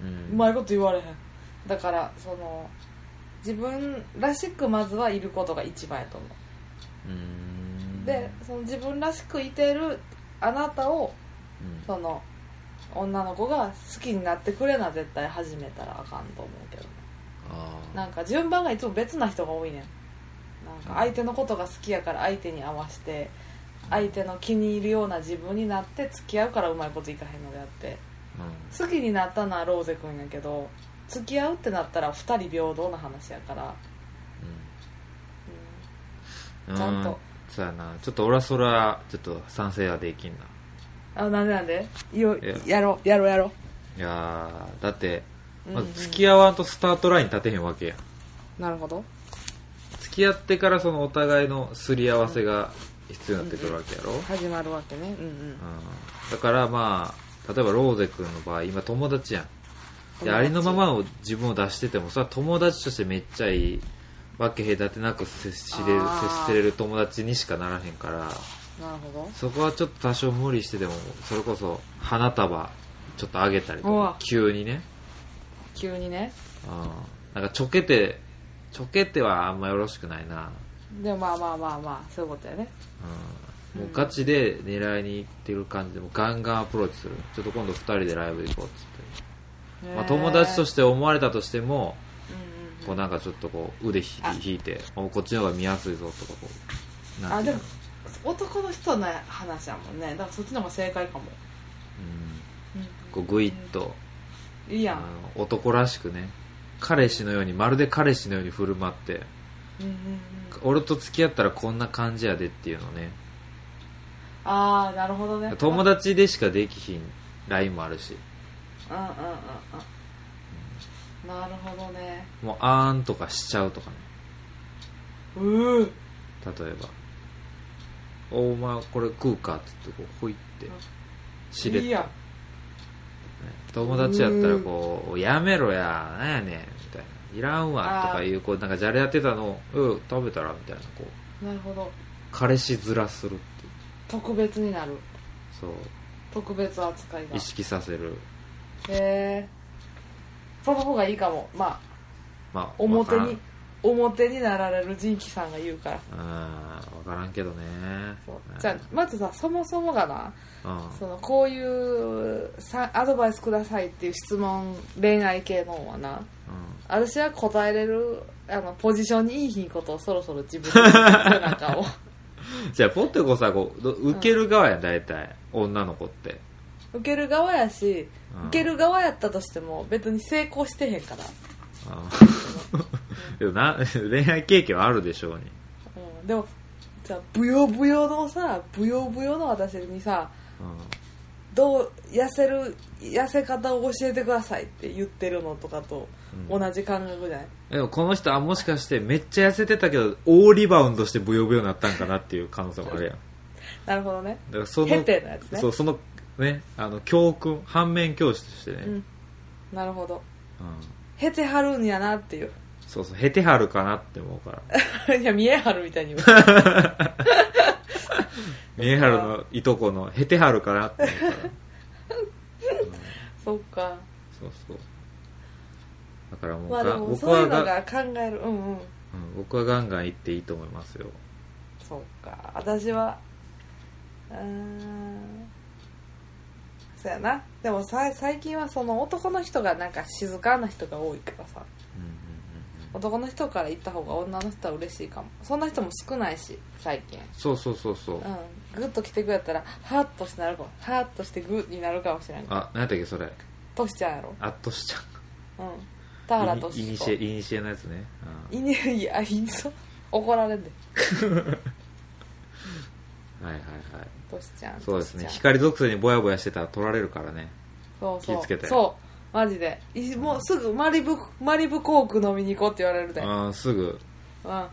Speaker 2: う
Speaker 1: うん
Speaker 2: うまいこと言われへんだからその自分らしくまずはいることが一番やと思
Speaker 1: うーん
Speaker 2: うでその自分らしくいてるあなたを
Speaker 1: うん
Speaker 2: その女の子が好きになってくれな絶対始めたらあかんと思うけどね
Speaker 1: あー
Speaker 2: なんか順番がいつも別な人が多いねんなんか相手のことが好きやから相手に合わせて相手の気に入るような自分になって付き合うからうまいこといかへんのであって
Speaker 1: う
Speaker 2: 好きになったのはローゼ君やけど付き合うってなったら2人平等な話やから、
Speaker 1: んう
Speaker 2: ちゃんと
Speaker 1: そうやなちょっと俺はそれはちょっと賛成はできんな
Speaker 2: あなんでなんでよ
Speaker 1: いや
Speaker 2: やろうやろうやろ
Speaker 1: いやーだって
Speaker 2: う、
Speaker 1: ま
Speaker 2: うんうん
Speaker 1: ず付き合わんとスタートライン立てへんわけやん
Speaker 2: なるほど
Speaker 1: 付き合ってからそのお互いのすり合わせが必要になってくるわけやろ、うん
Speaker 2: 始まるわけねうんうん
Speaker 1: だからまあ例えばローゼ君の場合今友達やん
Speaker 2: 友
Speaker 1: で
Speaker 2: 達
Speaker 1: ありのままを自分を出しててもそれは友達としてめっちゃいいわけ隔てなく接しれる
Speaker 2: あー
Speaker 1: 接せれる友達にしかならへんから
Speaker 2: なるほ
Speaker 1: そこはちょっと多少無理してでもそれこそ花束ちょっとあげたりと
Speaker 2: う
Speaker 1: か
Speaker 2: わ
Speaker 1: 急にね
Speaker 2: 急にね
Speaker 1: うんなんかちょけてちょけてはあんまよろしくないな、
Speaker 2: でもまあまあまあまあそういうことやね
Speaker 1: うん、もうガチで狙いに行ってる感じでもうガンガンアプローチするちょっと今度2人でライブ行こうっつって、まあ、友達と
Speaker 2: して、
Speaker 1: して思われたとしても
Speaker 2: うんうん
Speaker 1: こうなんかちょっとこう腕ひ引いておこっちの方が見やすいぞとかこう
Speaker 2: うん
Speaker 1: な
Speaker 2: あ
Speaker 1: んて
Speaker 2: で
Speaker 1: いうの
Speaker 2: も男の人の話やもんねだからそっちの方が正解かも、
Speaker 1: うんこうグイッと、
Speaker 2: いいや
Speaker 1: あ
Speaker 2: ん、
Speaker 1: の男らしくね彼氏のようにまるで彼氏のように振る舞って
Speaker 2: うんうんうん、
Speaker 1: 俺と付き合ったらこんな感じやでっていうのね
Speaker 2: ああなるほどね
Speaker 1: 友達でしかできひんラインもあるし
Speaker 2: うんうんうんうんなるほどね
Speaker 1: もうあーんとかしちゃうとかね
Speaker 2: うー
Speaker 1: 例えば「おお前これ食うか」っつってこうほいってしれっ
Speaker 2: いい
Speaker 1: と
Speaker 2: やん
Speaker 1: 友達やったらこう「やめろやなんやねん」みたいな「いらんわ」
Speaker 2: あー
Speaker 1: とかいうこうなんかじゃれ合ってたのを「うん食べたら」みたいなこう
Speaker 2: なるほど
Speaker 1: 彼氏面するっていう
Speaker 2: 特別になる
Speaker 1: そう
Speaker 2: 特別扱いが
Speaker 1: 意
Speaker 2: へ
Speaker 1: 識させる
Speaker 2: えその方がいいかもまあ
Speaker 1: まあ
Speaker 2: 表に
Speaker 1: 分
Speaker 2: 表になられる仁気さんが言うから
Speaker 1: からんうん分からんけどね
Speaker 2: そう
Speaker 1: うん
Speaker 2: じゃあまずさそもそもがな
Speaker 1: うん
Speaker 2: そのこういうさアドバイスくださいっていう質問恋愛系のはな
Speaker 1: う
Speaker 2: 私は答えれるあのポジションにいいひんことをそろそろ自分 の背中を
Speaker 1: んじゃあポッテコさこうど受ける側やん大体女の子って
Speaker 2: 受ける側やし
Speaker 1: うん
Speaker 2: 受ける側やったとしても別に成功してへんから、
Speaker 1: うん でもな恋愛経験はあるでしょうに
Speaker 2: うん、でもじゃあブヨブヨのさブヨブヨの私にさ
Speaker 1: う
Speaker 2: どう痩せる痩せ方を教えてくださいって言ってるのとかと同じ感覚じゃない、
Speaker 1: んでもこの人はもしかしてめっちゃ痩せてたけど大リバウンドしてブヨブヨになったんかなっていう可能性もあるやん
Speaker 2: なるほどね
Speaker 1: だからその
Speaker 2: ヘペのやつね
Speaker 1: そうそのねあの教訓反面教師としてね、
Speaker 2: うんなるほど
Speaker 1: うん
Speaker 2: へてはるんやなっていう
Speaker 1: そうそうへてはるかなって思うから
Speaker 2: いや見えはるみたいに言う
Speaker 1: 見えはるのいとこのへてはるかなって思うから
Speaker 2: そっか
Speaker 1: そうそうだからもう
Speaker 2: まあで
Speaker 1: が
Speaker 2: も
Speaker 1: 僕
Speaker 2: そうい
Speaker 1: は
Speaker 2: うの
Speaker 1: が
Speaker 2: が考えるうんうん
Speaker 1: うん僕はガンガン行っていいと思いますよ
Speaker 2: そうか私はうーんそうやなでもさ最近はその男の人がなんか静かな人が多いからさ
Speaker 1: うんうんうん
Speaker 2: 男の人から言った方が女の人は嬉しいかもそんな人も少ないし最近
Speaker 1: そうそうそうそう
Speaker 2: うんグッと来てくれたらハッとしてなるかもハッとしてグッになるかもしれん
Speaker 1: あ何やったっけそれ
Speaker 2: としちゃんやろ
Speaker 1: あっとしちゃん
Speaker 2: うん田原
Speaker 1: いにいにしえ
Speaker 2: 俊
Speaker 1: いにしえのやつね、
Speaker 2: 彦いにいやいにそう怒られんで
Speaker 1: うん、はいはいはい
Speaker 2: トシちゃん
Speaker 1: そうですね
Speaker 2: トシちゃん
Speaker 1: 光属性にぼやぼやしてたら取られるからね
Speaker 2: そうそう
Speaker 1: 気をつけて
Speaker 2: そうマジでいもうすぐマリブマリブコーク飲みに行こうって言われるで、うん、モ
Speaker 1: あーすぐそうだ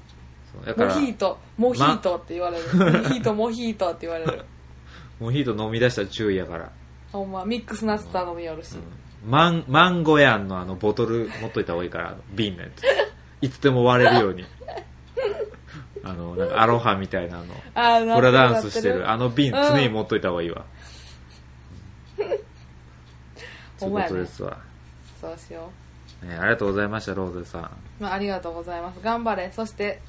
Speaker 2: ヒ
Speaker 1: から
Speaker 2: ートモヒートって言われる、モヒートモヒートって言われる
Speaker 1: モヒート飲み出したら注意やから、
Speaker 2: ほんまミックスナッツ頼みよるし、
Speaker 1: うん、マンマンゴヤンのあのボトル持っといた方がいいからあの瓶のやついつでも割れるよ うにあのなんかアロハみたいなあの
Speaker 2: あーな
Speaker 1: フラダンスして
Speaker 2: な
Speaker 1: る
Speaker 2: って
Speaker 1: あの瓶
Speaker 2: うん
Speaker 1: 常に持っといた方がいいわ、そう
Speaker 2: ほ
Speaker 1: んいうこ
Speaker 2: まや
Speaker 1: と
Speaker 2: ね
Speaker 1: ですわ、
Speaker 2: そうしよ
Speaker 1: ねありがとうございましたローゼさん
Speaker 2: う、まあ、ありがとうございます頑張れそして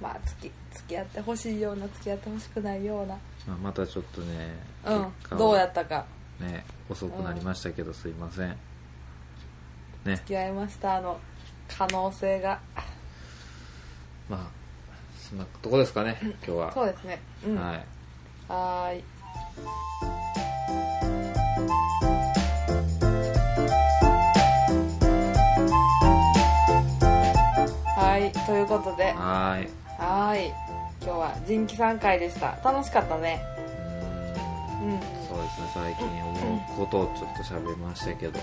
Speaker 2: まあ付き付き合ってほしいような付き合ってほしくないような
Speaker 1: まあ、またちょっとね、結
Speaker 2: う
Speaker 1: 果を
Speaker 2: んどうやったか
Speaker 1: ね、遅くなりましたけどすいませんね
Speaker 2: 付き合いましたあの可能性が
Speaker 1: まあそんなとこですかね今日は
Speaker 2: そうですねうんは
Speaker 1: はい
Speaker 2: ーいはいということでは
Speaker 1: はーい
Speaker 2: ーい今日は人気3回でした楽しかったね
Speaker 1: うーん
Speaker 2: うんうん
Speaker 1: そうですね最近思うことをちょっと喋りましたけど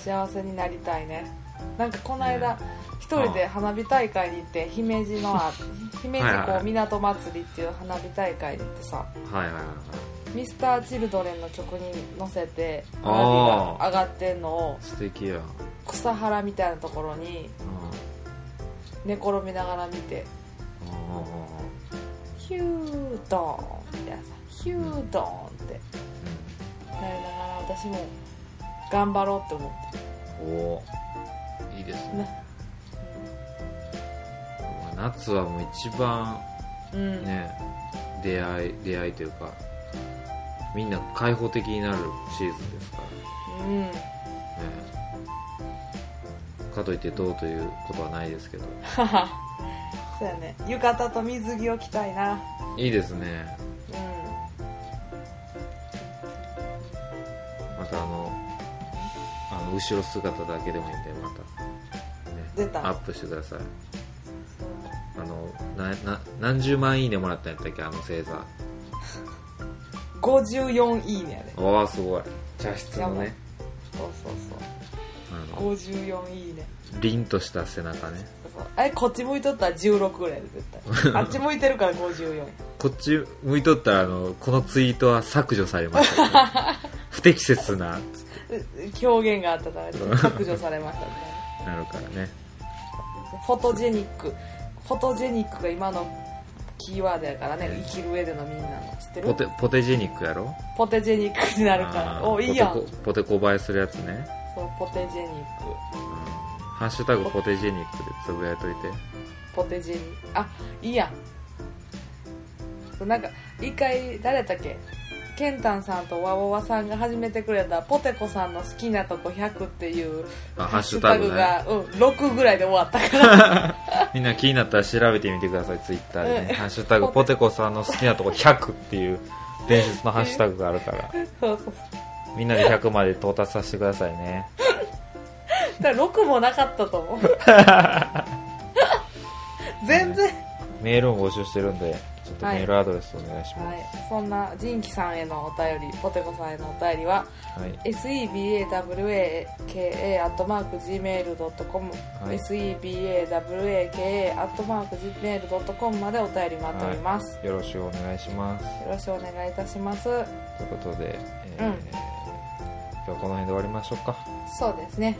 Speaker 2: 幸せになりたいねなんかこの間
Speaker 1: ね
Speaker 2: 一人で花火大会に行って姫路 のあ姫路
Speaker 1: はいはい
Speaker 2: こ
Speaker 1: は
Speaker 2: う
Speaker 1: い
Speaker 2: 港祭りっていう花火大会に行ってさ
Speaker 1: はいはいはいはい
Speaker 2: ミスターチルドレンの曲に乗せて
Speaker 1: あ
Speaker 2: 花
Speaker 1: ー
Speaker 2: 火が上がってんのを
Speaker 1: 素敵やん、うん、
Speaker 2: 草原みたいなところに寝転びながら見て
Speaker 1: うんうんうんうん
Speaker 2: ヒュードーンってやつヒュードーンってなりながら私も頑張ろうって思って
Speaker 1: うんおーいいですね
Speaker 2: ね
Speaker 1: まあ夏はもう一番
Speaker 2: うん、
Speaker 1: ね出会い出会いというかみんな開放的になるシーズンですか
Speaker 2: うん
Speaker 1: らねかといってどうということはないですけど
Speaker 2: ははそうやね浴衣と水着を着たいない
Speaker 1: いですね
Speaker 2: う
Speaker 1: またあのあの後ろ姿だけでもいいんでまた、ね、
Speaker 2: 出た
Speaker 1: アップしてくださいあのなな何十万いいねもらったんやったっけあの星座
Speaker 2: ん54いいねやで
Speaker 1: おおすごい茶室のね
Speaker 2: そうそうそ
Speaker 1: あ
Speaker 2: う
Speaker 1: の
Speaker 2: 54いいね
Speaker 1: 凛とした背中ね
Speaker 2: そうあれこっち向いとったら16ぐらいで 絶対あっち向いてるから54
Speaker 1: こっち向いとったらあのこのツイートは削除されま したけど、不適切な
Speaker 2: う表現があっ たから削除されましたね
Speaker 1: なるからね
Speaker 2: フォトジェニックフォトジェニックが今のキーワードやからね生きる上でのみんなの知ってる
Speaker 1: ポテポテジェニックやろ
Speaker 2: ポテジェニックになるから
Speaker 1: あー
Speaker 2: おいいやん
Speaker 1: ポテコポテコ映えするやつね、
Speaker 2: そうポテジェニッ
Speaker 1: う
Speaker 2: ク
Speaker 1: んハッシュタグポテジェニックでつぶやいといて
Speaker 2: ポテジェニあいいやんそうなんか一回誰だっけケンタンさんとワワワさんが始めてくれたポテコさんの好きなとこ100っていう
Speaker 1: あハッシュタグね
Speaker 2: ハッシュタグが、うん、6ぐらいで終わったから
Speaker 1: みんな気になったら調べてみてください、ツイッターで
Speaker 2: うん
Speaker 1: ね。ハッシュタグ、ポテコさんの好きなとこ100っていう伝説のハッシュタグがあるから、
Speaker 2: そうそう
Speaker 1: みんなで100まで到達させてくださいね。
Speaker 2: だから6もなかったと思 う全然
Speaker 1: メールを募集してるんで、ちょっとメールアドレスお願いしま
Speaker 2: はいそんなジンキさんへのお便りポテコさんへのお便りは
Speaker 1: す。はい。
Speaker 2: sebawaka.gmail.com、
Speaker 1: はい
Speaker 2: sebawaka.gmail.com までお便り待っております、
Speaker 1: よろしくお願いします。
Speaker 2: よろしくお願いいたします
Speaker 1: ということで、えー
Speaker 2: うん
Speaker 1: 今日はこの辺で終わりましょうか。
Speaker 2: そうですね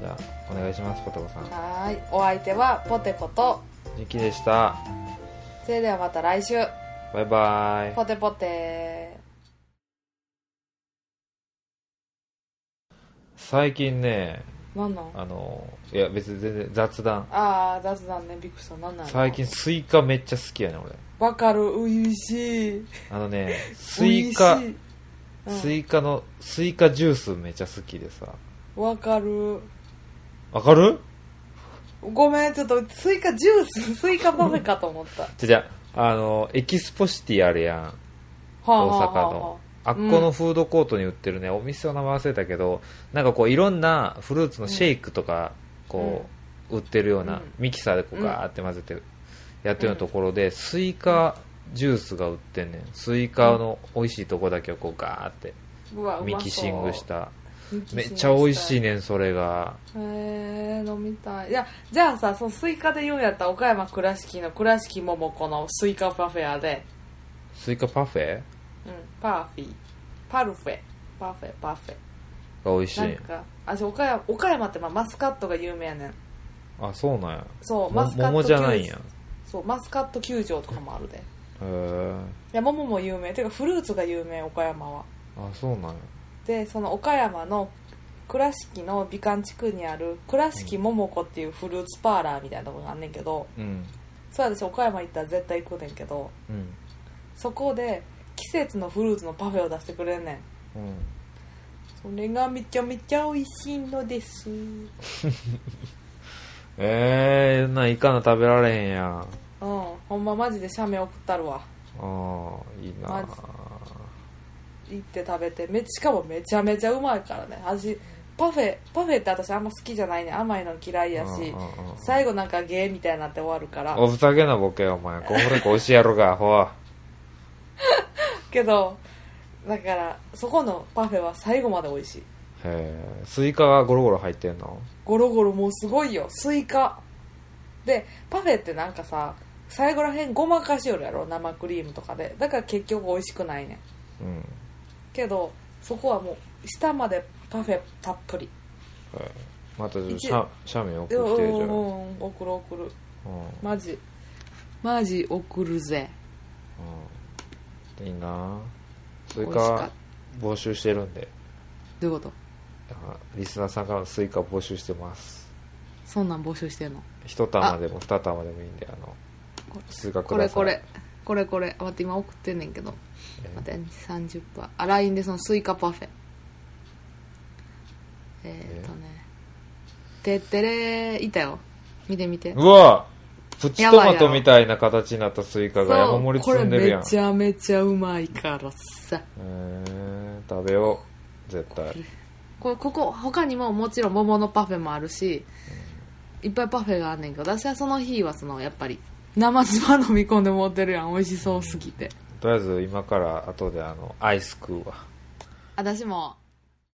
Speaker 1: じゃあ、お願いします、ポテコさん。
Speaker 2: はーいお相手はポテコと
Speaker 1: 時期でした。
Speaker 2: それではまた来週
Speaker 1: バイバイ。
Speaker 2: ポテポテ
Speaker 1: 最近ね、
Speaker 2: なんなん
Speaker 1: あの、いや別に全然雑談。
Speaker 2: ああ雑談ねびっくりしたなんなんやろ
Speaker 1: 最近スイカめっちゃ好きやね、俺。
Speaker 2: わかる美味しい
Speaker 1: あのね、スイカ
Speaker 2: 美、味しいうん
Speaker 1: スイカの、スイカジュースめちゃ好きでさ。
Speaker 2: わかる
Speaker 1: わかる
Speaker 2: ごめんちょっとスイカジュース スイカパフェかと思ったは
Speaker 1: じゃじゃ、あの、エキスポシティあるやん。
Speaker 2: あはあ
Speaker 1: 大阪
Speaker 2: はあはあ
Speaker 1: のあっこのフードコートに売ってるね、お店の名前忘れたけどなんかこういろんなフルーツのシェイクとかこう、売ってるような、
Speaker 2: うん
Speaker 1: ミキサーでこう
Speaker 2: うん
Speaker 1: ガーって混ぜてやってるようなところで、スイカジュースが売ってんねんスイカの美味しいとこだけをこうガーって
Speaker 2: うわうまそ
Speaker 1: ミ
Speaker 2: う
Speaker 1: キシングした
Speaker 2: ミキシン
Speaker 1: めっ
Speaker 2: グした
Speaker 1: ちゃ美味しいねんそれが
Speaker 2: へー飲みたいいやじゃあさそのスイカで言うんやったら岡山倉敷の倉敷桃子のスイカパフェやで、
Speaker 1: スイカパフェ
Speaker 2: うん、パーフィーパルフェパフェパフェ
Speaker 1: が美味し
Speaker 2: なん
Speaker 1: い
Speaker 2: かあそう岡山岡山ってまあマスカットが有名やねん
Speaker 1: あそうなんや
Speaker 2: そう
Speaker 1: も
Speaker 2: マスカット
Speaker 1: 桃じゃないんや
Speaker 2: そうマスカット球場とかもあるでい
Speaker 1: へえ
Speaker 2: や桃も有名ていうかフルーツが有名岡山は
Speaker 1: あそうなんや
Speaker 2: でその岡山の倉敷の美観地区にある倉敷桃子っていうフルーツパーラーみたいなところがあんねんけど
Speaker 1: うん
Speaker 2: それ私岡山行ったら絶対行くねんけど
Speaker 1: うん
Speaker 2: そこで季節のフルーツのパフェを出してくれんねん
Speaker 1: うん
Speaker 2: それがめちゃめちゃ美味しいのですうん
Speaker 1: ええー、ないかな食べられへんやんあ
Speaker 2: ほんまマジで写メ送ったるわ
Speaker 1: あいいな
Speaker 2: マジ行って食べてめしかもめちゃめちゃうまいからね味パフェパフェって私あんま好きじゃないね甘いの嫌いやし
Speaker 1: うんうんうん
Speaker 2: 最後なんかゲーみたいになって終わるから
Speaker 1: おふざけなボケお前これこうしやろがほわ
Speaker 2: けどだからそこのパフェは最後まで美味しい
Speaker 1: へえスイカがゴロゴロ入ってんの
Speaker 2: ゴロゴロもうすごいよスイカでパフェってなんかさ最後らへんごまかしよるやろ生クリームとかでだから結局美味しくないねん
Speaker 1: うん
Speaker 2: けどそこはもう下までパフェたっぷり
Speaker 1: はいまた
Speaker 2: 一
Speaker 1: シャシャメ送ってじ
Speaker 2: うん
Speaker 1: ゃん、
Speaker 2: う
Speaker 1: うんうん
Speaker 2: んうん送る送るマジマジ送るぜ
Speaker 1: いいなス
Speaker 2: 美
Speaker 1: イ
Speaker 2: 味しか
Speaker 1: カ
Speaker 2: っ
Speaker 1: 募集してるんで
Speaker 2: どういうこと
Speaker 1: あリスナーさんからのスイカ募集してます
Speaker 2: そんなん募集してんの
Speaker 1: 一玉でも二玉でもいいんであの
Speaker 2: こ
Speaker 1: スイカ
Speaker 2: こ
Speaker 1: くだ
Speaker 2: れ
Speaker 1: さい
Speaker 2: これこれこれ待って今送ってんねんけど
Speaker 1: えー
Speaker 2: 待って30分あ LINE でそのスイカパフェえー、っとねてってれーいたよ見て見て
Speaker 1: うわプチトマトみたいな形になったスイカが
Speaker 2: そ
Speaker 1: 山
Speaker 2: う
Speaker 1: 盛り
Speaker 2: こ
Speaker 1: 積
Speaker 2: れ
Speaker 1: んでる
Speaker 2: め
Speaker 1: やん
Speaker 2: ちゃめちゃうまいからさ
Speaker 1: えー、食べよう絶対
Speaker 2: これここ他にももちろん桃のパフェもあるしいっぱいパフェがあんねんけど私はその日はそのやっぱり生唾飲み込んで持ってるやん美味しそうすぎて
Speaker 1: とりあえず今から後であのアイス食うわ
Speaker 2: 私も